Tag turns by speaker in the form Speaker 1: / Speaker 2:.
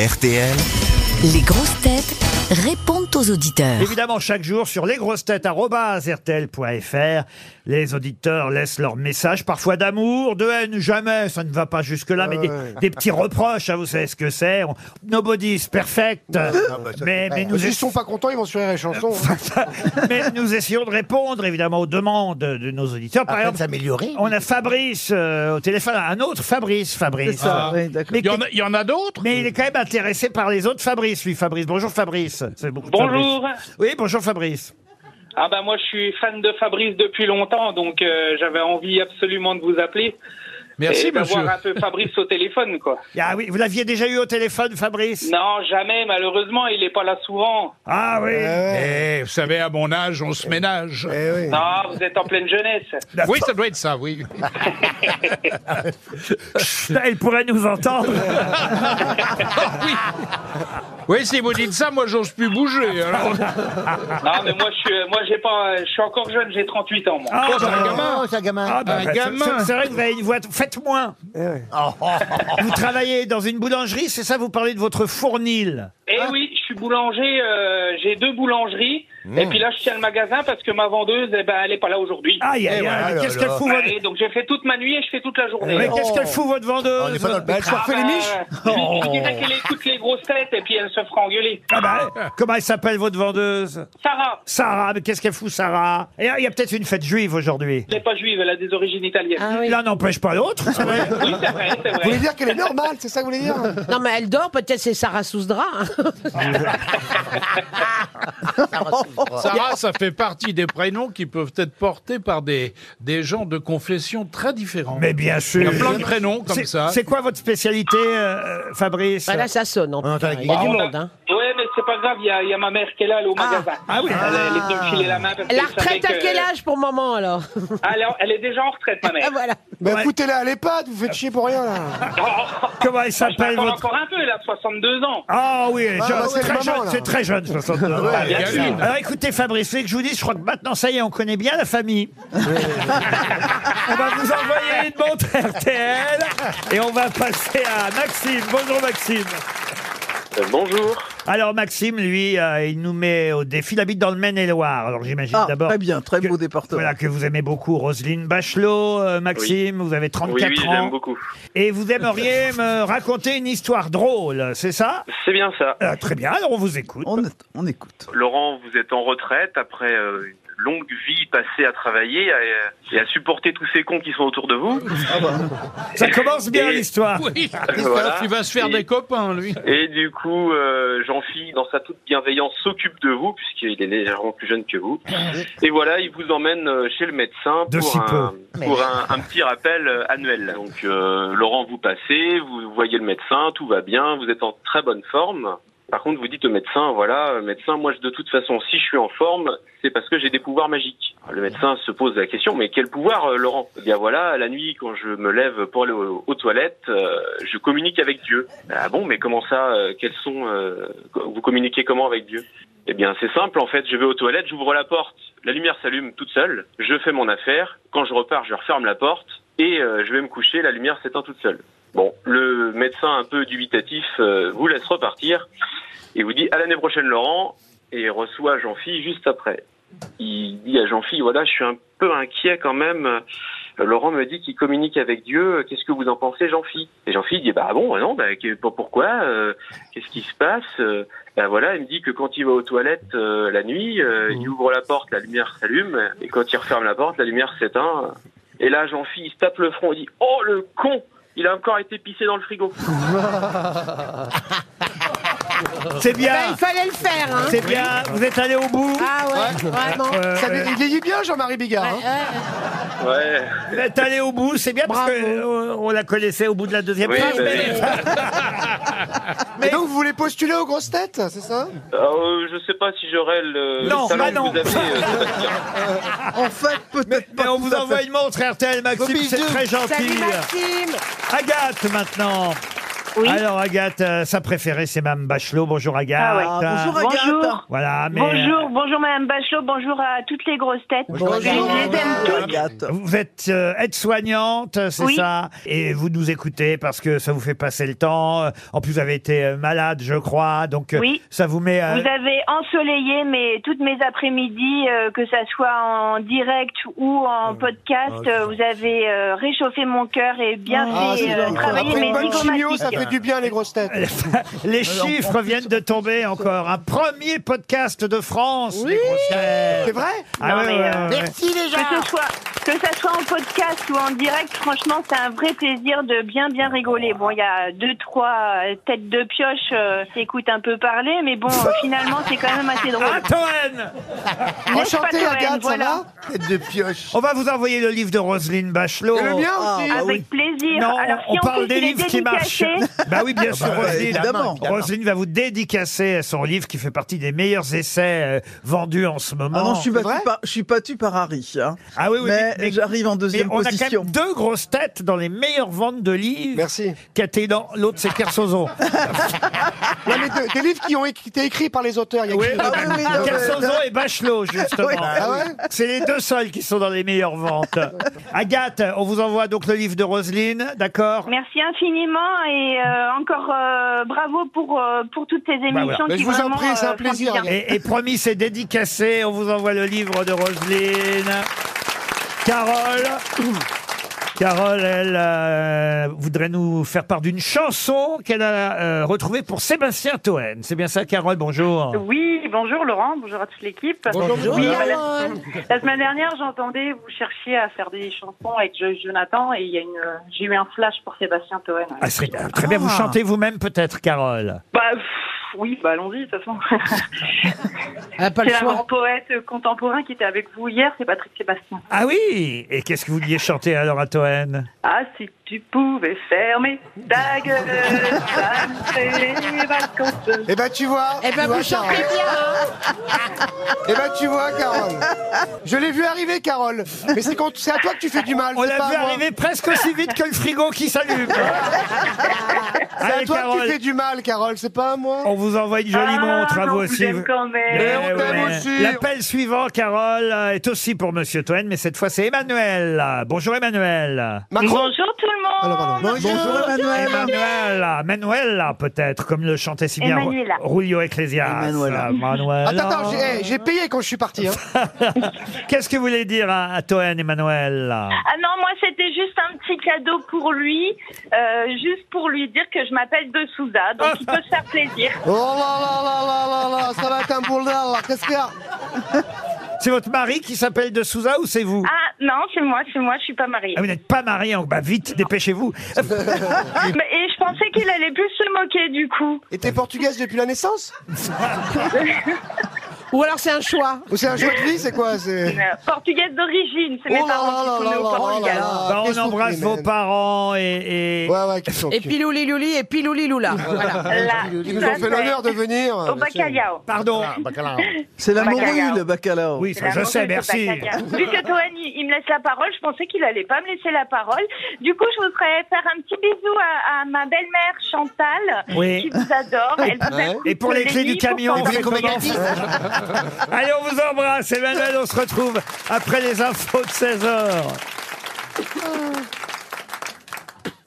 Speaker 1: RTL.
Speaker 2: Les grosses têtes répondent aux auditeurs.
Speaker 3: Évidemment, chaque jour sur lesgrossetêtes.fr, les auditeurs laissent leurs messages, parfois d'amour, de haine, jamais, ça ne va pas jusque-là, mais des, des petits reproches, hein, vous savez ce que c'est. on- Nobody is perfect. mais, mais nous
Speaker 4: S'ils sont pas contents, ils vont sur les chansons.
Speaker 3: mais nous essayons de répondre évidemment aux demandes de nos auditeurs. Par exemple, on a Fabrice euh, au téléphone, un autre Fabrice, Fabrice. Ah. mais,
Speaker 5: Il y en a- il y en a, d'autres
Speaker 3: mais il est quand même intéressé par les autres Fabrice, lui, Fabrice. Bonjour Fabrice. C'est beaucoup de
Speaker 6: Bonjour.
Speaker 3: Fabrice. Oui, bonjour Fabrice.
Speaker 6: Ah bah moi je suis fan de Fabrice depuis longtemps, donc euh, j'avais envie absolument de vous appeler
Speaker 5: Merci,
Speaker 7: eh,
Speaker 6: et
Speaker 7: ben
Speaker 6: d'avoir
Speaker 5: monsieur.
Speaker 6: un peu Fabrice au téléphone quoi.
Speaker 3: Ah oui, vous l'aviez déjà eu au téléphone, Fabrice
Speaker 6: Non jamais, malheureusement il est pas là souvent.
Speaker 3: Ah oui.
Speaker 5: Eh, vous savez, à mon âge, on se ménage.
Speaker 6: Non, vous êtes en pleine jeunesse.
Speaker 7: eh,
Speaker 5: Oui, ça doit être ça, oui.
Speaker 3: Elle pourrait nous entendre.
Speaker 5: Oh, Oui, si vous dites ça, moi, j'ose plus bouger. hein. alors.
Speaker 6: Non mais moi je suis, euh, moi j'ai pas, euh, je suis encore jeune, j'ai 38 ans moi.
Speaker 3: Ah,
Speaker 5: Oh, c'est un gamin.
Speaker 3: ah, bah,
Speaker 5: Un
Speaker 3: bah,
Speaker 5: gamin. Eh
Speaker 3: c'est- C'est vrai que vous avez une voix. Faites moins. vous travaillez dans une boulangerie, c'est ça Vous parlez de votre fournil.
Speaker 6: Eh oui, je suis boulanger, euh, j'ai deux boulangeries
Speaker 3: Hmm.
Speaker 6: et puis là je tiens le magasin parce que ma vendeuse eh ben elle est pas là aujourd'hui.
Speaker 5: Eh
Speaker 3: Aïe, aïe,
Speaker 7: voilà,
Speaker 5: ah
Speaker 3: aïe. mais Qu'est-ce qu'elle
Speaker 7: alors.
Speaker 3: fout votre...
Speaker 6: Ouais, donc j'ai fait toute ma nuit et je fais toute la journée.
Speaker 3: Mais
Speaker 6: Ah
Speaker 3: qu'est-ce qu'elle fout votre vendeuse
Speaker 7: Bah, je leur fais
Speaker 6: bah,
Speaker 7: les miches.
Speaker 6: je lui- je dirais qu'elle écoute les grosses têtes et puis elle se fera engueuler.
Speaker 3: Ah bah, Comment elle s'appelle votre vendeuse
Speaker 6: Sarah,
Speaker 3: Sarah, mais qu'est-ce qu'elle fout Sarah Et il y a peut-être une fête juive aujourd'hui.
Speaker 6: elle n'est pas juive, elle a des origines italiennes.
Speaker 3: L'un n'empêche pas l'autre. c'est vrai.
Speaker 8: Ah.
Speaker 6: Oui, c'est vrai, c'est
Speaker 4: Vous voulez
Speaker 6: vrai.
Speaker 4: dire qu'elle est normale, c'est ça que vous voulez dire
Speaker 8: Non, mais elle dort, peut-être c'est Sarah Sousdra. hein. Ah.
Speaker 5: Sarah, ça fait partie des prénoms qui peuvent être portés par des, des gens de confession très différents.
Speaker 3: Mais bien
Speaker 5: Il y a
Speaker 3: sûr.
Speaker 5: plein de prénoms comme
Speaker 3: C'est-
Speaker 5: ça.
Speaker 3: C'est quoi votre spécialité, euh, Fabrice
Speaker 8: là, ça sonne. en
Speaker 7: entend la
Speaker 8: plus. Il y a du
Speaker 6: guitare.
Speaker 8: monde. Hein.
Speaker 6: Bah, Ouais, mais c'est pas grave, il y, a- il y a ma mère qui est là, elle est au magasin.
Speaker 3: Ah oui.
Speaker 6: Elle, elle est venue me filer la main parce
Speaker 8: La
Speaker 6: qu'elle savait
Speaker 8: retraite à
Speaker 6: que-
Speaker 8: quel âge pour maman alors
Speaker 6: Ah, Elle, est en- elle est déjà en retraite, ma
Speaker 8: Ah,
Speaker 6: mère. Oh,
Speaker 8: voilà.
Speaker 4: Bah
Speaker 3: Ouais.
Speaker 4: écoutez-la à l'EHPAD, vous faites chier pour rien là.
Speaker 3: Comment elle
Speaker 6: Je parle
Speaker 3: s'appelle votre...
Speaker 6: encore un peu, elle a 62 ans.
Speaker 3: Ah oui, elle est
Speaker 4: Ah,
Speaker 3: jeune,
Speaker 4: bah, c'est
Speaker 3: très
Speaker 4: le moment,
Speaker 3: jeune,
Speaker 4: là.
Speaker 3: c'est très jeune, 62 ans.
Speaker 5: Ah, Il y a une.
Speaker 3: Alors écoutez Fabrice, c'est que je vous dis, je crois que maintenant, ça y est, on connaît bien la famille. on va vous envoyer une montre RTL et on va passer à Maxime. Bonjour Maxime.
Speaker 6: Euh, bonjour.
Speaker 3: Alors Maxime, lui, euh, il nous met au défi. Il habite dans le Maine-et-Loire. Alors j'imagine
Speaker 9: Ah,
Speaker 3: d'abord...
Speaker 9: très bien, très
Speaker 3: que-
Speaker 9: beau département.
Speaker 3: Voilà, que vous aimez beaucoup Roselyne Bachelot, euh, Maxime, vous avez 34 ans.
Speaker 6: beaucoup.
Speaker 3: Et vous aimeriez me raconter une histoire drôle, c'est ça
Speaker 6: C'est bien ça.
Speaker 3: Euh, Très bien, alors on vous écoute.
Speaker 9: On, est- on écoute.
Speaker 10: Laurent, vous êtes en retraite après euh, une longue vie passée à travailler à, euh, et à supporter tous ces cons qui sont autour de vous.
Speaker 3: Ça commence bien
Speaker 10: Et-
Speaker 3: l'histoire.
Speaker 5: Oui.
Speaker 10: Voilà.
Speaker 5: Il va se faire
Speaker 10: Et-
Speaker 5: des copains, lui.
Speaker 10: Et du coup, euh, Jean-Phil, dans sa toute bienveillance, s'occupe de vous, puisqu'il est légèrement plus jeune que vous. Et voilà, il vous emmène euh, chez le médecin
Speaker 3: De si
Speaker 10: pour, un, pour un, un petit rappel euh, annuel. Donc, euh, Laurent, vous passez, vous voyez le médecin, tout va bien, vous êtes en très bonne forme. Par contre, vous dites au médecin, voilà, euh, médecin, moi, je- de toute façon, si je suis en forme, c'est parce que j'ai des pouvoirs magiques. Le médecin se pose la question, mais quel pouvoir, euh, Laurent Eh bien voilà, la nuit, quand je me lève pour aller aux, aux toilettes, euh, je communique avec Dieu. Ah bon, mais comment ça euh, Quels sont euh, co- Vous communiquez comment avec Dieu Eh bien, c'est simple, en fait, je vais aux toilettes, j'ouvre la porte, la lumière s'allume toute seule, je fais mon affaire, quand je repars, je referme la porte, et euh, je vais me coucher, la lumière s'éteint toute seule. Bon, le médecin un peu dubitatif euh, vous laisse repartir et vous dit à l'année prochaine Laurent et reçoit Jean-Phi juste après. Il dit à Jean-Phi voilà je suis un peu inquiet quand même. Euh, Laurent me dit qu'il communique avec Dieu. Qu'est-ce que vous en pensez Jean-Phi Et Jean-Phi dit bah bon non bah que- pour- pourquoi Euh, Qu'est-ce qui se passe Euh, Ben voilà il me dit que quand il va aux toilettes euh, la nuit euh,
Speaker 3: Mmh.
Speaker 10: il ouvre la porte la lumière s'allume et quand il referme la porte la lumière s'éteint. Et là Jean-Phi il se tape le front il dit oh le con il a encore été pissé dans le frigo.
Speaker 3: C'est
Speaker 8: Bah,
Speaker 3: bien,
Speaker 8: il fallait le faire. Hein.
Speaker 3: c'est bien. Vous êtes allé au bout.
Speaker 8: Ah ouais, vraiment.
Speaker 3: Euh,
Speaker 4: Ça vieillit- Il vieillit bien Jean-Marie Bigard. hein.
Speaker 10: Ouais.
Speaker 3: vous êtes allé au bout, c'est bien parce
Speaker 8: Bravo.
Speaker 3: que euh, on la connaissait au bout de la deuxième Ah,
Speaker 10: Oui,
Speaker 3: phrase,
Speaker 10: bah
Speaker 3: mais-
Speaker 4: Et donc vous voulez postuler aux grosses têtes, c'est ça
Speaker 10: Euh, je sais pas si j'aurai le
Speaker 3: Non,
Speaker 10: le talent
Speaker 3: bah non.
Speaker 10: que vous avez, euh, Sébastien.
Speaker 9: En fait, peut-être
Speaker 3: mais
Speaker 9: pas.
Speaker 3: on
Speaker 9: tout
Speaker 3: vous
Speaker 9: à fait.
Speaker 3: envoie une montre RTL Maxime,
Speaker 4: Bisous.
Speaker 3: c'est très
Speaker 8: Salut
Speaker 3: gentil.
Speaker 8: Maxime.
Speaker 3: Agathe maintenant.
Speaker 1: Oui.
Speaker 3: Alors Agathe, euh, sa préférée c'est Mme Bachelot. Bonjour Agathe.
Speaker 1: Ah ouais.
Speaker 9: Bonjour Agathe.
Speaker 1: Bonjour.
Speaker 3: Voilà, mais
Speaker 1: Bonjour, bonjour Madame Bachelot, bonjour à toutes les grosses têtes. Je les aime toutes.
Speaker 9: Agathe.
Speaker 3: euh, vous êtes euh, aide-soignante, c'est
Speaker 1: Oui.
Speaker 3: ça Et vous nous écoutez parce que ça vous fait passer le temps. Euh, En plus, vous avez été euh, malade, je crois, donc euh,
Speaker 1: Oui.
Speaker 3: ça vous met... euh,
Speaker 1: Vous avez ensoleillé mes, toutes mes après-midi, euh, que ça soit en direct ou en podcast. euh, vous avez euh, réchauffé mon cœur et bien fait euh, travailler
Speaker 4: Ah, Après
Speaker 1: mes
Speaker 4: une bonne chimio,
Speaker 1: zygomatiques.
Speaker 4: ça fait du bien les grosses têtes.
Speaker 3: Les chiffres viennent de tomber encore. Un premier podcast de France. les grosses têtes.
Speaker 4: C'est vrai
Speaker 3: Ah
Speaker 1: Non,
Speaker 3: ouais,
Speaker 1: mais,
Speaker 3: ouais,
Speaker 1: euh,
Speaker 3: ouais, ouais.
Speaker 1: Que ce soit que ça soit en podcast ou en direct, franchement, c'est un vrai plaisir de bien bien rigoler. Bon, il y a deux trois euh, têtes de pioche euh, qui écoutent un peu parler, mais bon, euh, finalement, c'est quand même assez drôle.
Speaker 3: Ah, Toen Ah,
Speaker 1: N'est-ce pas,
Speaker 4: Enchanté
Speaker 1: Toen
Speaker 4: Agathe, ça
Speaker 1: Voilà.
Speaker 4: va
Speaker 9: Tête de pioche.
Speaker 3: On va vous envoyer le livre de Roselyne Bachelot.
Speaker 4: Et le mien
Speaker 9: Ah,
Speaker 4: aussi
Speaker 9: bah
Speaker 1: Avec plaisir.
Speaker 3: Non,
Speaker 1: Alors, si
Speaker 3: on
Speaker 1: en
Speaker 3: parle
Speaker 1: plus,
Speaker 3: des
Speaker 1: il est
Speaker 3: livres qui marchent.
Speaker 1: dédicacé,
Speaker 3: Bah oui, bien sûr,
Speaker 9: bah,
Speaker 3: Roselyne.
Speaker 9: évidemment, évidemment.
Speaker 3: Roselyne va vous dédicacer son livre qui fait partie des meilleurs essais euh, vendus en ce moment.
Speaker 9: Ah non, je suis
Speaker 4: C'est
Speaker 9: battue
Speaker 4: vrai
Speaker 9: par, je suis battue par Harry. hein.
Speaker 3: Ah Oh, oui, oui,
Speaker 9: mais
Speaker 3: mais-
Speaker 9: j'arrive en
Speaker 3: Mais
Speaker 9: deuxième
Speaker 3: on a quand
Speaker 9: position.
Speaker 3: même deux grosses têtes dans les meilleures ventes de livres.
Speaker 4: Merci.
Speaker 3: Catédan, l'autre c'est Kersozon.
Speaker 4: Non, mais de- des livres qui ont écrit- été écrits par les auteurs. Il y a
Speaker 3: Oui,
Speaker 4: qui-
Speaker 9: Ah oui, oui, non, mais-
Speaker 3: Kersozon et Bachelot, justement.
Speaker 9: Oui.
Speaker 4: Ah ouais
Speaker 3: C'est les deux seuls qui sont dans les meilleures ventes. Agathe, on vous envoie donc le livre de Roselyne, d'accord
Speaker 1: merci infiniment et euh, encore euh, bravo pour euh, pour toutes ces émissions
Speaker 3: Bah voilà.
Speaker 4: Mais
Speaker 1: qui
Speaker 4: je vous en
Speaker 1: vraiment,
Speaker 4: prie, c'est un
Speaker 1: euh, font du
Speaker 4: plaisir,
Speaker 1: bien.
Speaker 4: Agathe.
Speaker 3: Et, et promis, c'est dédicacé. On vous envoie le livre de Roselyne. Carole. Carole, elle euh, voudrait nous faire part d'une chanson qu'elle a euh, retrouvée pour Sébastien Toen. C'est bien ça, Carole Bonjour.
Speaker 7: Oui, bonjour Laurent, bonjour à toute l'équipe.
Speaker 5: Bonjour.
Speaker 7: Oui, bah,
Speaker 3: euh,
Speaker 7: la, la semaine dernière, j'entendais vous cherchiez à faire des chansons avec Jo- Jonathan et il y a une, euh, j'ai eu un flash pour Sébastien Toen.
Speaker 3: Ah, c'est- ah, très bien, vous
Speaker 9: Ah.
Speaker 3: chantez vous-même peut-être, Carole.
Speaker 7: Bah pff, oui, bah allons-y de toute façon.
Speaker 8: Elle a pas le
Speaker 7: c'est un
Speaker 8: choix.
Speaker 7: grand poète contemporain qui était avec vous hier, c'est Patrick Sébastien.
Speaker 3: Ah oui Et qu'est-ce que vous vouliez chanter alors à Toen
Speaker 7: Ah si tu pouvais fermer ta gueule, ça me ferait les vacances.
Speaker 4: Eh ben tu vois.
Speaker 8: Eh
Speaker 4: tu
Speaker 8: ben,
Speaker 4: vois,
Speaker 8: vous chantez
Speaker 4: Carole.
Speaker 8: bien. hein.
Speaker 4: Eh ben tu vois, Carole. Je l'ai vu arriver, Carole. Mais c'est quand c'est à toi que tu fais du mal.
Speaker 3: On
Speaker 4: c'est
Speaker 3: l'a
Speaker 4: pas
Speaker 3: vu
Speaker 4: à moi.
Speaker 3: arriver presque aussi vite que le frigo qui s'allume.
Speaker 4: C'est à
Speaker 3: Allez,
Speaker 4: toi que
Speaker 3: Carole,
Speaker 4: tu fais du mal, Carole. C'est pas à moi.
Speaker 3: on vous envoie une jolie
Speaker 7: Ah,
Speaker 3: montre à
Speaker 4: hein,
Speaker 7: non,
Speaker 3: vous
Speaker 7: je
Speaker 3: aussi.
Speaker 7: l'aime quand même.
Speaker 4: Mais on
Speaker 3: Eh
Speaker 4: t'aime
Speaker 3: ouais.
Speaker 4: aussi.
Speaker 3: L'appel suivant, Carole, euh, est aussi pour Monsieur Toen, mais cette fois c'est Emmanuel. Bonjour Emmanuel.
Speaker 4: Macron.
Speaker 7: Bonjour tout le monde.
Speaker 4: Alors, pardon.
Speaker 9: Bonjour, Emmanuel.
Speaker 3: Emmanuel, Manuel peut-être, comme le chantait si bien
Speaker 7: Emmanuel.
Speaker 3: Ru- Rulio Ecclesias.
Speaker 9: Emmanuela.
Speaker 3: Euh, Manuela.
Speaker 4: Attends, attends, j'ai eh, j'ai payé quand je suis parti. Hein.
Speaker 3: Qu'est-ce que vous voulez dire à, à Toen, Emmanuel
Speaker 7: Ah non, moi c'était juste un petit cadeau pour lui, euh, juste pour lui dire que je m'appelle De Souza, donc il peut se faire plaisir.
Speaker 4: Oh là là là là là là, ça va être un boulot là. Qu'est-ce qu'il y a
Speaker 3: C'est votre mari qui s'appelle De Souza ou c'est vous
Speaker 7: Ah non, c'est moi, c'est moi, je suis pas mariée.
Speaker 3: Ah, vous n'êtes pas marié, donc bah vite, dépêchez-vous.
Speaker 7: Mais- Et je pensais qu'il allait plus se moquer du coup.
Speaker 4: Et t'es portugaise depuis la naissance
Speaker 8: Ou alors c'est un choix.
Speaker 4: Ou c'est un choix de vie C'est quoi C'est.
Speaker 7: Euh, portugaise d'origine, c'est
Speaker 4: Oh
Speaker 7: mes
Speaker 4: là
Speaker 7: parents
Speaker 4: là
Speaker 7: qui sont
Speaker 4: là
Speaker 7: nés au
Speaker 4: là
Speaker 7: Portugal.
Speaker 4: là là.
Speaker 3: Bah, on
Speaker 4: qu'est-ce qu'on
Speaker 3: embrasse
Speaker 4: fait,
Speaker 3: vos
Speaker 4: man
Speaker 3: parents et, et-
Speaker 4: Ouais, ouais, qu'est-ce qu'on
Speaker 8: Et
Speaker 4: fait
Speaker 8: piloulilouli et pilouliloula. Voilà.
Speaker 7: Là,
Speaker 4: Ils nous ont
Speaker 7: ça,
Speaker 4: fait l'honneur de
Speaker 7: c'est
Speaker 4: venir.
Speaker 3: Ah,
Speaker 7: Au bacalhao.
Speaker 3: Pardon.
Speaker 9: C'est la
Speaker 7: Bacalao.
Speaker 9: morue, le bacalao.
Speaker 3: Oui,
Speaker 7: Ah, bah, C'est
Speaker 3: ça,
Speaker 7: la
Speaker 3: je sais, merci.
Speaker 7: mauvaise bacalhau. Vu que Toen, il, il me laisse la parole, je pensais qu'il allait pas me laisser la parole. Du coup, je voudrais faire un petit bisou à, à ma belle-mère Chantal,
Speaker 3: Oui.
Speaker 7: qui vous adore. Elle vous
Speaker 4: Ouais.
Speaker 7: écoute
Speaker 3: Et pour les clés
Speaker 7: nuits
Speaker 3: du
Speaker 7: pour
Speaker 3: camion,
Speaker 7: savoir-
Speaker 3: c'est comment Allez, on vous embrasse. Emmanuel, on se retrouve après les infos de 16h.